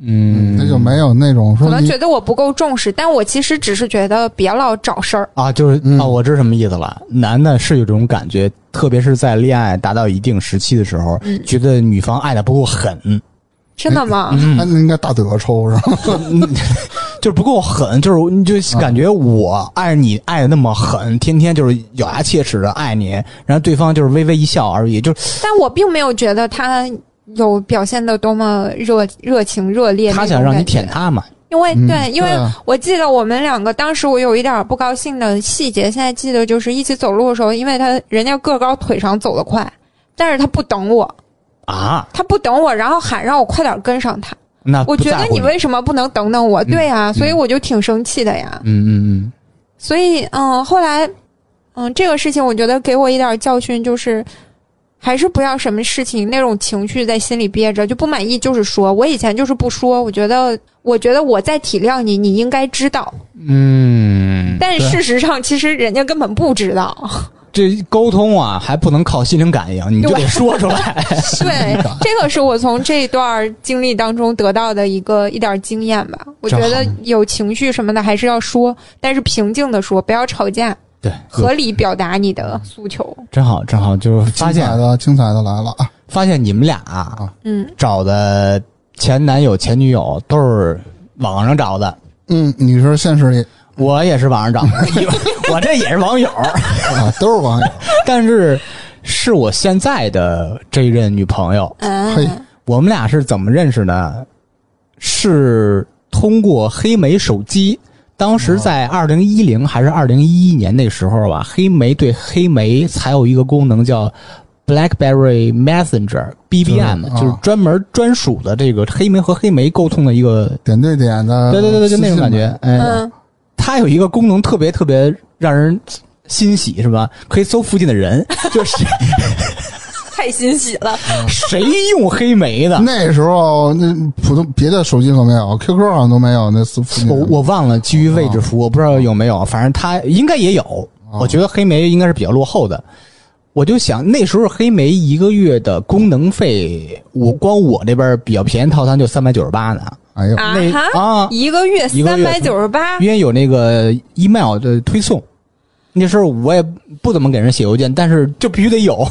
嗯
那就没有那种
可
说
能
你
觉得我不够重视，但我其实只是觉得别老找事儿。
啊，就是啊、
嗯
我知道什么意思了。男的是有这种感觉，特别是在恋爱达到一定时期的时候，
嗯
觉得女方爱的不够狠，
真
哎
的吗？
嗯
嗯那应该大嘴巴抽是吧？
就是不够狠，就是你就感觉我爱你爱的那么狠，天天就是咬牙切齿的爱你，然后对方就是微微一笑而已，就是
但我并没有觉得他有表现的多么热热情热烈。
他想让你舔，他嘛。
因为
嗯
对，因为
啊
我记得我们两个当时我有一点不高兴的细节，现在记得就是一起走路的时候，因为他人家个高腿长走得快，但是他不等我，
啊，
他不等我，然后喊让我快点跟上他。
那
我
啊不
觉
在
得
乎
你为什么不能等等我？对啊，所以我就挺生气的呀。
嗯嗯嗯，
所以，嗯，后来，嗯，这个事情我觉得给我一点教训，就是还是不要什么事情那种情绪在心里憋着，就不满意就是说。我以前就是不说，我觉得，我觉得我在体谅你，你应该知道，
嗯，
但
对
事实上，其实人家根本不知道。
这沟通啊还不能靠心灵感应，你就得说出来。
对， <laughs> 这个是我从这段经历当中得到的一个一点经验吧。我觉
真好
得有情绪什么的还是要说，但是平静的说，不要吵架，
<laughs> <laughs> 对，
合理表达你的诉求。
正好正好就发
精彩
现
的精彩的来了啊！
发现你们俩啊
嗯。
找的前男友前女友都是网上找的，
嗯，你是现实里
我也是网上找的， <laughs> 我这也是网友，
啊，都是
<laughs>
网友，
<laughs> 但是是我现在的这一任女朋友，
嘿
嗯，
我们俩是怎么认识呢？是通过黑莓手机。当时在
哦
二零一零还是二零一一年那时候吧，黑莓对黑莓才有一个功能叫 BlackBerry Messenger
就
BBM，
是啊
就是专门专属的这个黑莓和黑莓沟通的一个，
点对点的，
对对对对，就那种感觉。。哎，
嗯，
它有一个功能特别特别让人欣喜，是吧？可以搜附近
<laughs>
的人，就是
太欣喜了。
谁用黑莓的？
<laughs> 那时候那普通别的手机可没有，QQ 好像都没有那四
我我忘了基于位置服，我不知道有没有，反正它应该也有。我觉得黑莓应该是比较落后的。我就想那时候黑莓一个月的功能费，我光我这边比较便宜套餐就三百九十八呢。
哎呦，
啊
那
哈，
啊，
一个月
一个
三
月
百九十八，
因为有那个 email 的推送，那时候我也不怎么给人写邮件，但是就必须得有。 <laughs>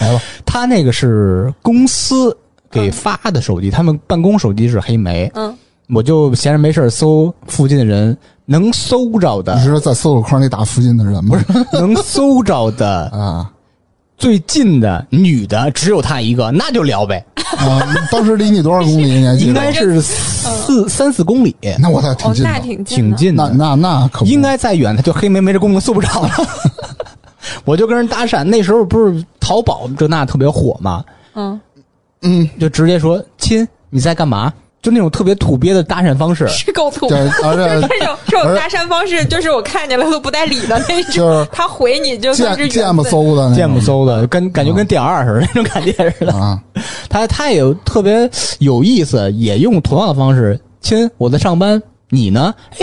来吧，
他那个是公司给发的手机，他们办公手机是黑莓。
嗯，
我就闲着没事儿搜附近的人，能搜着的
你，是在搜索框里打附近的人吗？不是
<laughs> 能搜着的
啊 <laughs>
最近的女的只有她一个，那就聊
<laughs>
呗，
啊！当时离你多少公里？你还记
应
得吗？
该是四三四公里，
那我操，挺
哦，
近
那
的，
挺近
挺
的。
近
嗯那
的，
那那可不
应该再远，她就黑莓没这功能搜不着了。 <laughs> 我就跟人搭讪，那时候不是淘宝这那特别火嘛，
嗯，
嗯，
就直接说亲你在干嘛，就那种特别土鳖的搭讪方式。
是够土。 <laughs>
对，而且
这种这种搭讪方式，就是我看见了都不带理的那种。
就是
他回你就算是
见
缘
见不
分。
搜的那种
见不搜的，跟感
嗯
觉跟电二似的那种感觉似的。
啊，
他他也有特别有意思，也用同样的方式，亲，我在上班，你呢？哎，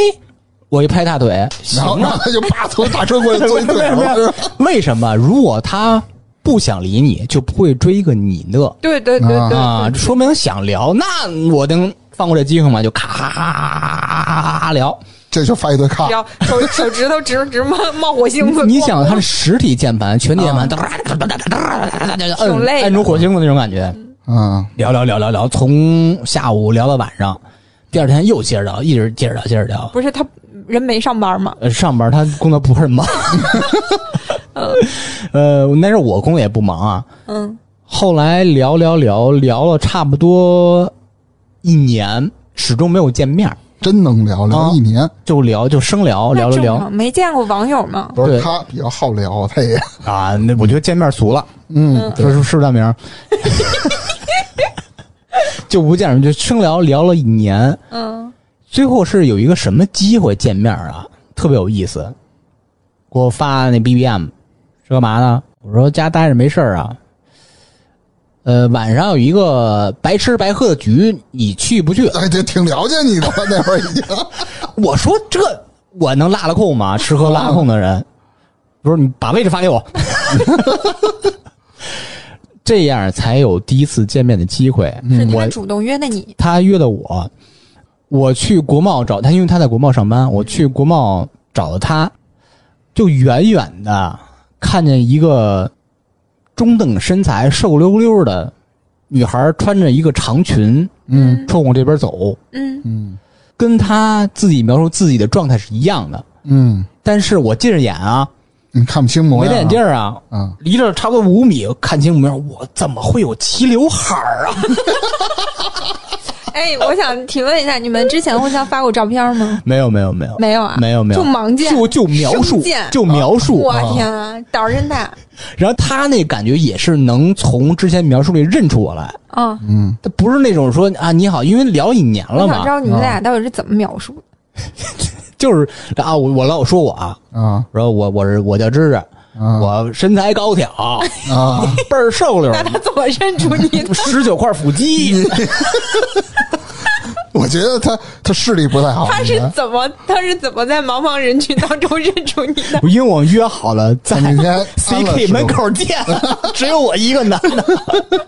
我一拍大腿，行啊
然后
啊
然后
了。
他就啪从大车
<laughs>
过去坐
为
一
什么
对
呀 <laughs>
头，
为什么？如果他不想理你，就不会追一个你的
对对对对对
啊，说明想聊。那我能放过这机会吗？就咔咔咔聊。
这就发一堆卡
对，，然后手 <laughs> 手指头直直冒冒火星子。
你你
<laughs>
想，它是实体键盘，全键盘，哒哒哒哒哒哒哒哒，
挺累
摁
的
摁出火星的那种感觉。
嗯，
聊聊聊聊聊，从下午聊到晚上，第二天又接着聊，一直接着聊，接着聊。
不是他人没上班吗？
呃，上班他工作不是
<laughs>
很忙，呃，那是我工作也不忙啊。
嗯，
后来聊聊聊聊了差不多一年，始终没有见面儿，
真能聊聊
啊
一年。
就聊就生
那
聊，哦聊了
正
聊
常，没见过网友吗？
不是
对
他比较好聊，他也
啊。那我觉得见面俗了，
嗯，
说是是不是大明儿？ <laughs> 就不见人，就生聊聊了一年，
嗯，
最后是有一个什么机会见面啊？特别有意思，给我发那 BBM 是干嘛呢？我说家待着没事儿啊。呃，晚上有一个白吃白喝的局，你去不去？
<laughs> 哎，这挺了解你的了，那会儿已经。
我说这我能落了空吗？吃喝落了空的人，不是你把位置发给我， <laughs> 这样才有第一次见面的机会。啊
是
嗯
嗯
我
他主动约的你，
他约的我，我去国贸找他，因为他在国贸上班，我去国贸找了他，就远远的看见一个中等身材、瘦溜溜的女孩，穿着一个长裙
嗯
冲我这边走，
嗯，
嗯
跟她自己描述自己的状态是一样的。
嗯，
但是我近着眼啊，
你看不清模
没
样、啊，
戴眼镜儿啊，
啊，
离着差不多五米，看清模样，我怎么会有齐刘海儿啊？
哎，我想提问一下，你们之前互相发过照片吗？
没有，没有，没有，
没有啊，
没有没有
就盲见，
就就描
生
述
见，
就描述，
我
啊
天啊，胆儿真大，
然后他那感觉也是能从之前描述里认出我来，
嗯，
嗯，
他不是那种说啊你好，因为聊一年了
我想知
嘛，啊
道你们俩到底是怎么描述的。
就是啊我我老说我啊，
啊
我说我我是我叫芝芝，
啊
我身材高挑， <laughs>
啊，
倍儿瘦溜，
那他怎么认出 <laughs> 你
<laughs>
的？
十九块腹肌， <laughs>
我觉得他他视力不太好，
他
嗯
是怎么他是怎么在茫茫人群当中认出你
<laughs>
的？
因为我们约好了在
他那天
CK 门，口见， <laughs> 只有我一个男的。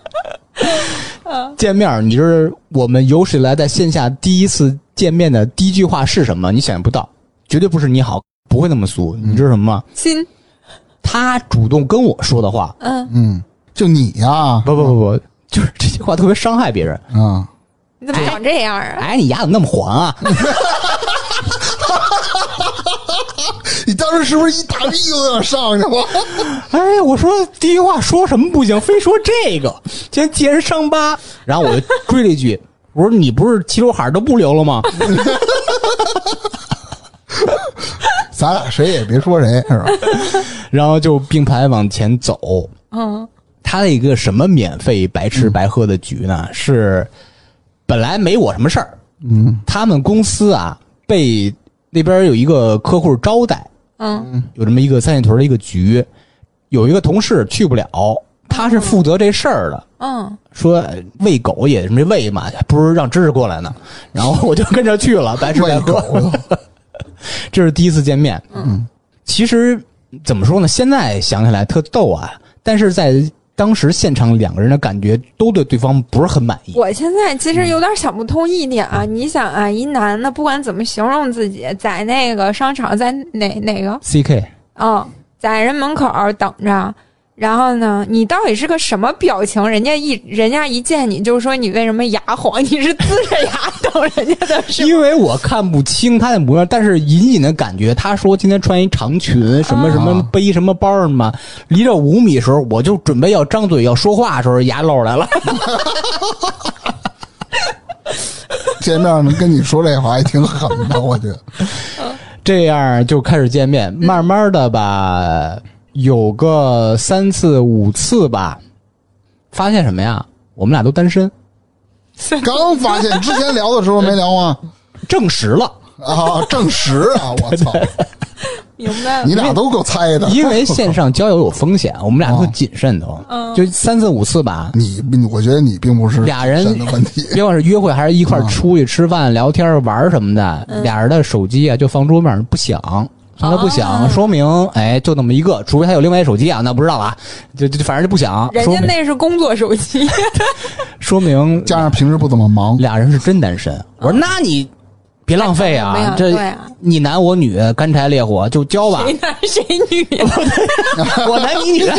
见面儿，你就是我们有史以来在线下第一次见面的第一句话是什么？你想象不到，绝对不是你好，不会那么俗。你知道什么吗？
心，
他主动跟我说的话，
嗯，
嗯，就你呀、啊，
不不不不， <laughs> 就是这句话特别伤害别人。 <laughs>
啊，
你怎么长这样啊？
哎，你牙怎么那么黄啊？ <laughs>
你当时是不是一大逼都有点上去
<laughs>
了？
哎，我说第一句话说什么不行，非说这个，先揭人伤疤。然后我就追了一句，我说你不是齐刘海儿都不留了吗？
咱俩谁也别说谁，是
<laughs>
吧？
然后就并排往前走。
嗯，
他的一个什么免费白吃白喝的局呢？是本来没我什么事儿，
嗯
他们公司啊被那边有一个客户招待，
嗯，
有这么一个三里屯的一个局，有一个同事去不了，他是负责这事儿的。
嗯，
说呃喂狗也没喂嘛，不如让芝芝过来呢。然后我就跟着去了，白吃白喝。 <laughs> 这是第一次见面。嗯，其实怎么说呢？现在想起来特逗啊，但是在当时现场两个人的感觉都对对方不是很满意。
我现在其
嗯
实有点想不通一点啊，你想啊，一男的不管怎么形容自己，在那个商场，在哪哪个
C K，
嗯，在人门口儿等着。然后呢，你到底是个什么表情？人家一人家一见你就说你为什么牙黄？ <laughs> 你是呲着牙等人家的是吗？
因为我看不清他的模样，但是隐隐的感觉，他说今天穿一长裙，什么什么
啊
背什么包嘛，离着五米的时候，我就准备要张嘴要说话的时候，牙露出来了。
见面能跟你说这话还挺狠的，我觉得。
这样就开始见面，
嗯
慢慢的吧，有个三次五次吧，发现什么呀？我们俩都单身，
刚发现之前聊的时候没聊吗？
证实
<laughs>
了。
啊，证实啊！我操，
明白了
你。俩都够猜的。
因为线上交友有风险，我们俩
哦
都谨慎都，就三次五次吧。
你，我觉得你并不是
俩人
神的问题。
嗯
别管是约会还是一块儿出去吃饭、聊天、玩什么的，
嗯
俩人的手机啊就放桌面上不响，从来不
哦
响，说明哎就那么一个，除非他有另外一手机啊，那不知道了啊，就就反正就不响，
人
说
家
明
那是工作手机， <laughs>
说明
加上平时不怎么忙，
俩人是真单身。我说那你别浪费
哎怎么
啊
样，
这
对啊
你男我女，干柴烈火就交吧， <laughs>
谁男谁女？
我男 <laughs> 你女男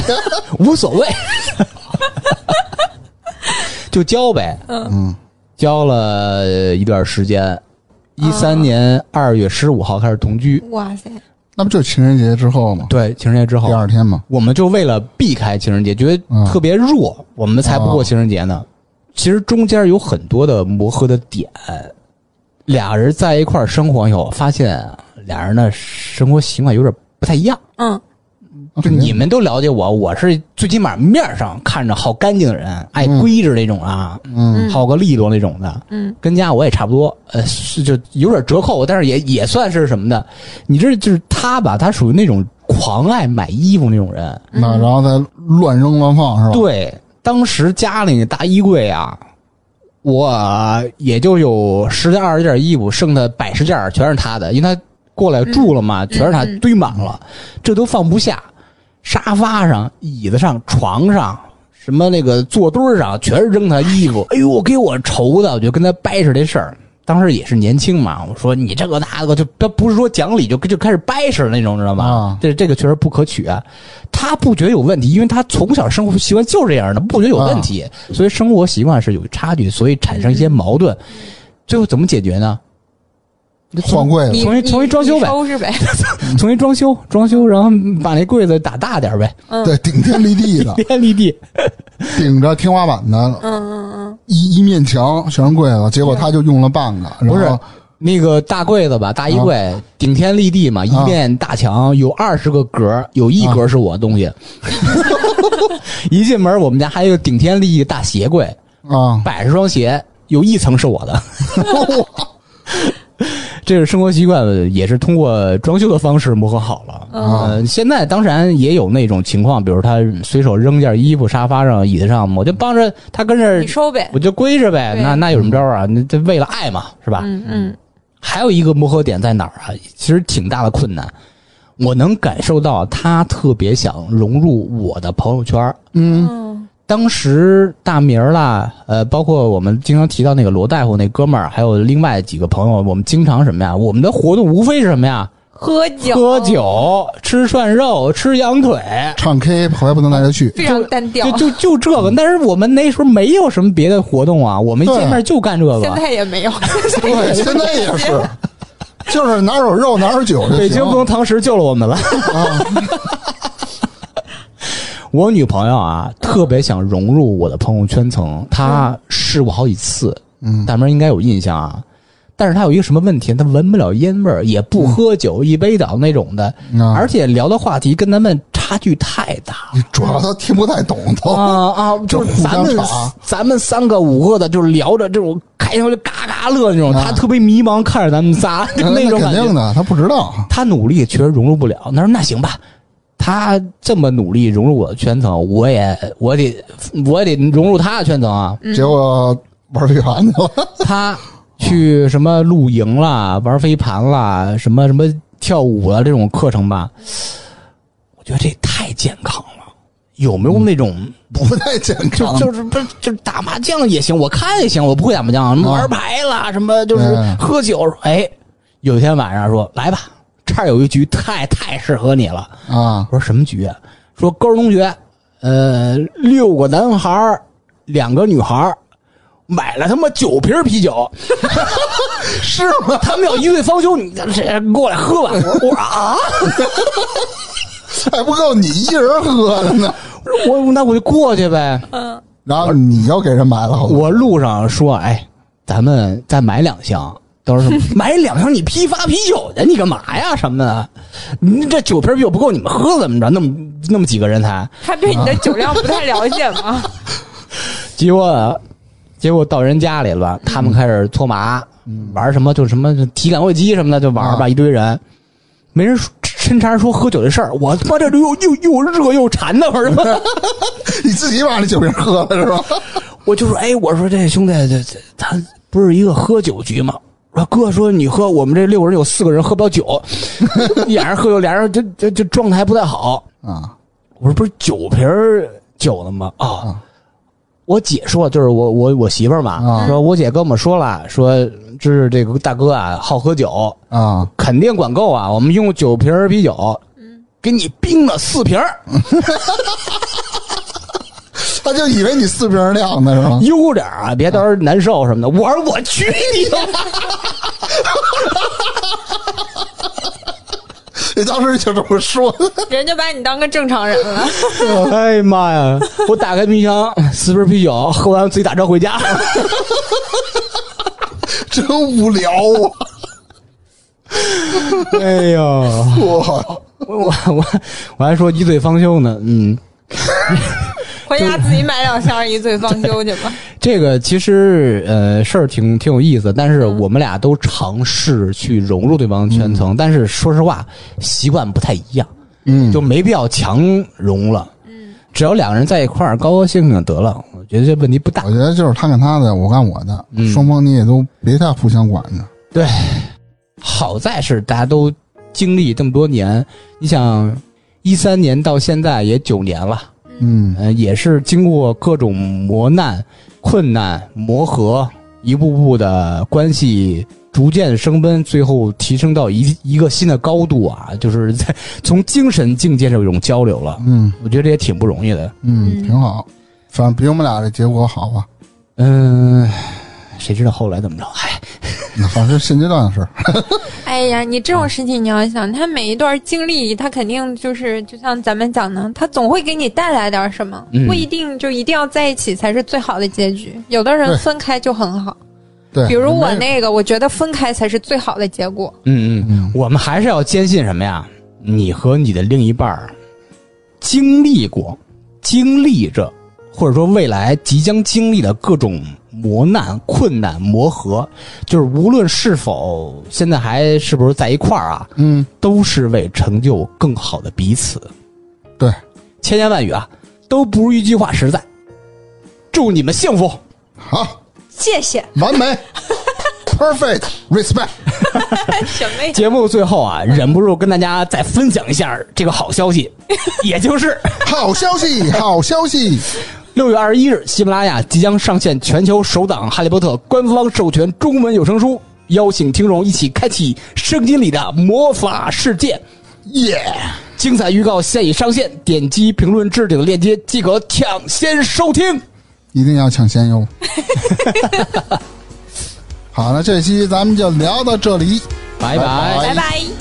无所谓，就交呗。
嗯，
交了一段时间，一三年二月十五号开始同居，
哇塞，
那不就是情人节之后吗？
对，情人节之后
第，二天嘛，
我们就为了避开情人节，觉得
嗯
特别弱，我们才不过情人节呢。其实中间有很多的磨合的点，俩人在一块儿生活以后，发现俩人的生活习惯有点不太一样，
嗯，
就
啊肯定
你们都了解我，我是最起码面儿上看着好干净的人，爱
嗯
规制那种啊，
嗯，
好个利落那种的。
嗯，
跟家我也差不多，呃，是就有点折扣，但是也也算是什么的。你这就是他吧，他属于那种狂爱买衣服那种人。
那然后再乱扔乱放是吧？
对，当时家里大衣柜啊，我也就有十件二十件衣服，剩的百十件儿全是他的，因为他过来住了嘛，全是他
嗯
堆满了，这都放不下。沙发上、椅子上、床上，什么那个坐墩儿上，全是扔他衣服。 <laughs> 哎呦，给我愁的，我就跟他掰扯这事儿。当时也是年轻嘛，我说你这个那个，就他不是说讲理就就开始掰扯那种，知道吧？
啊
这这个确实不可取、啊他不觉得有问题，因为他从小生活习惯就是这样的，不觉得有问
啊
题，所以生活习惯是有差距，所以产生一些矛盾。最后怎么解决呢？
换柜子
你
重
你
新重新装修
你
呗
收拾呗，
重新装修，装修，然后把那柜子打大点儿呗，
嗯
对，顶天立地
<laughs>
的，
天立地。
顶着天花板的
嗯嗯
一一面墙全是柜子，结果他就用了半个，然
不是
后啊
那个大柜子吧，大衣柜、顶天立地嘛，一面大墙，有二十个格儿，有一
啊
格是我的东西。 <laughs> 一进门，我们家还有一个顶天立地的大鞋柜，
啊，
百十双鞋，有一层是我
<laughs>
的。这是生活习惯，也是通过装修的方式磨合好了。
嗯
呃，现在当然也有那种情况，比如他随手扔件衣服沙发上、椅子上，我就帮着他跟这
嗯，
儿
你，收呗，
我就归着呗。
对
那那有什么招儿啊？那这为了爱嘛，是吧？
嗯嗯
还有一个磨合点在哪儿啊？其实挺大的困难。我能感受到他特别想融入我的朋友圈儿。
嗯
嗯
当时大明儿啦，呃，包括我们经常提到那个罗大夫那哥们儿，还有另外几个朋友，我们经常什么呀？我们的活动无非是什么呀？
喝酒
喝，酒、吃涮肉、吃羊腿，
唱 K 后来不能带他去，
非常单调
就，就就这个。但是我们那时候没有什么别的活动啊，我们一
对
见面就干这个。
现在也没有，
对，现在也
<laughs>
是，就是哪有肉哪有酒就
北
行
京不能堂食救了我们了。我女朋友啊，特别想融入我的朋友圈层，她试过好几次，
嗯
大明应该有印象啊。但是她有一个什么问题？她闻不了烟味儿，也不喝酒，一杯倒那种的，
啊
而且聊的话题跟咱们差距太大了。
主要他听不太懂都，
啊啊！就
哦就是互
咱
相啊
们
查
咱们三个五个的，就是聊着这种开头就嘎嘎乐那种，
啊
她特别迷茫，看着咱们仨就
那
种
肯
感觉
定。的，他不知道，
他努力确实融入不了。他说那行吧，他这么努力融入我的圈层，我也我得我也得融入他的圈层啊。 <laughs>
结果玩飞盘去了，
他去什么露营啦、玩飞盘啦、什么什么跳舞啊这种课程吧，我觉得这太健康了。有没有那种、啊
不太健
嗯就
康，
就是不是就是打麻将也行，我看也行，我不会打麻将，什么
啊
玩牌啦，什么就是
嗯
喝酒。哎，有一天晚上说来吧，这儿有一局太太适合你了。
啊，
我说什么局啊？说高中同学，呃，六个男孩儿，两个女孩儿，买了他妈九瓶啤酒， <laughs>
是吗？
他们要一醉方休，你这过来喝吧。我我说啊，
还不够你一人喝的呢，
我那我就过去呗。
嗯
然后你又给人买了好多，
我路上说，哎，咱们再买两箱。到时候 <laughs> 买两箱你批发啤酒去，你干嘛呀？什么的，你这九瓶啤酒不够你们喝怎么着？那么那么几个人才，
他对你的酒量不太了解吗？
结果结果到人家里了吧，他们开始搓麻，玩什么就什么体感会机什么的就玩吧，
啊
一堆人，没人说抻茬说喝酒这事儿，我他妈这又又又热又馋的，我说
你自己把那酒瓶喝了是吧？
我就说哎，我说这兄弟这这咱不是一个喝酒局吗？我说哥说你喝，我们这六个人有四个人喝不了酒，俩人喝酒，俩人就就就状态不太好。
啊，
我说不是九瓶儿酒了吗？啊、我姐说，就是我我我媳妇儿嘛，
啊
说我姐跟我们说了，说这是这个大哥啊，好喝酒，
啊，
肯定管够啊。我们用九瓶儿啤酒，给你冰了四瓶儿，
他就以为你四瓶量呢是 <laughs> 吗？
悠点儿啊，别到时候难受什么的。我说我去你的！
你当时就这么说的，
人家把你当个正常人 <laughs> 了，
哎呀妈呀！我打开冰箱，四瓶啤酒，喝完自己打车回家。
真无聊啊！
哎呀，
<laughs> 我
<laughs> 我我我我还说一醉方休呢，嗯，
回家自己买两箱一醉方休去吧。
这个其实呃事儿挺挺有意思，但是我们俩都尝试去融入对方的圈层，但是说实话习惯不太一样，
嗯，
就没必要强融了。嗯，只要两个人在一块儿高高兴兴得了，我觉得这问题不大
我。觉得就是他干他的，我干我的，
嗯
双方你也都别太互相管着。
对，好在是大家都经历这么多年，你想一三年到现在也九年了。
嗯，
呃，也是经过各种磨难、困难、磨合，一步步的关系逐渐升温，最后提升到一一个新的高度啊！就是在从精神境界上有一种交流了，
嗯
我觉得这也挺不容易的。
嗯，
嗯
挺好，反正比我们俩这结果好
<laughs>
吧？
嗯、谁知道后来怎么着？哎，
那反正现阶段的事儿，
哎呀，你这种事情你要想，他每一段经历，他肯定就是就像咱们讲的，他总会给你带来点什么，
嗯
不一定就一定要在一起才是最好的结局。有的
对
人分开就很好，
对，
比如我
没
那个，我觉得分开才是最好的结果。
嗯嗯
嗯，
我们还是要坚信什么呀？你和你的另一半儿经历过、经历着，或者说未来即将经历的各种磨难、困难、磨合，就是无论是否现在还是不是在一块儿啊，
嗯，
都是为成就更好的彼此。
对， <laughs>
千言万语啊，都不如一句话实在。祝你们幸福。
好，
谢谢，
完 <laughs> 美，perfect respect。
<laughs> 什么呀？
节目最后啊，忍不住跟大家再分享一下这个好消息，也就是。
好消息，好消息！
六月二十一日，喜马拉雅即将上线全球首档《哈利波特》官方授权中文有声书，邀请听众一起开启圣经里的魔法世界。
耶、
精彩预告现已上线，点击评论置顶的链接即可抢先收听。
一定要抢先哟！ <laughs> 好，那这期咱们就聊到这里，
拜
拜拜
拜拜。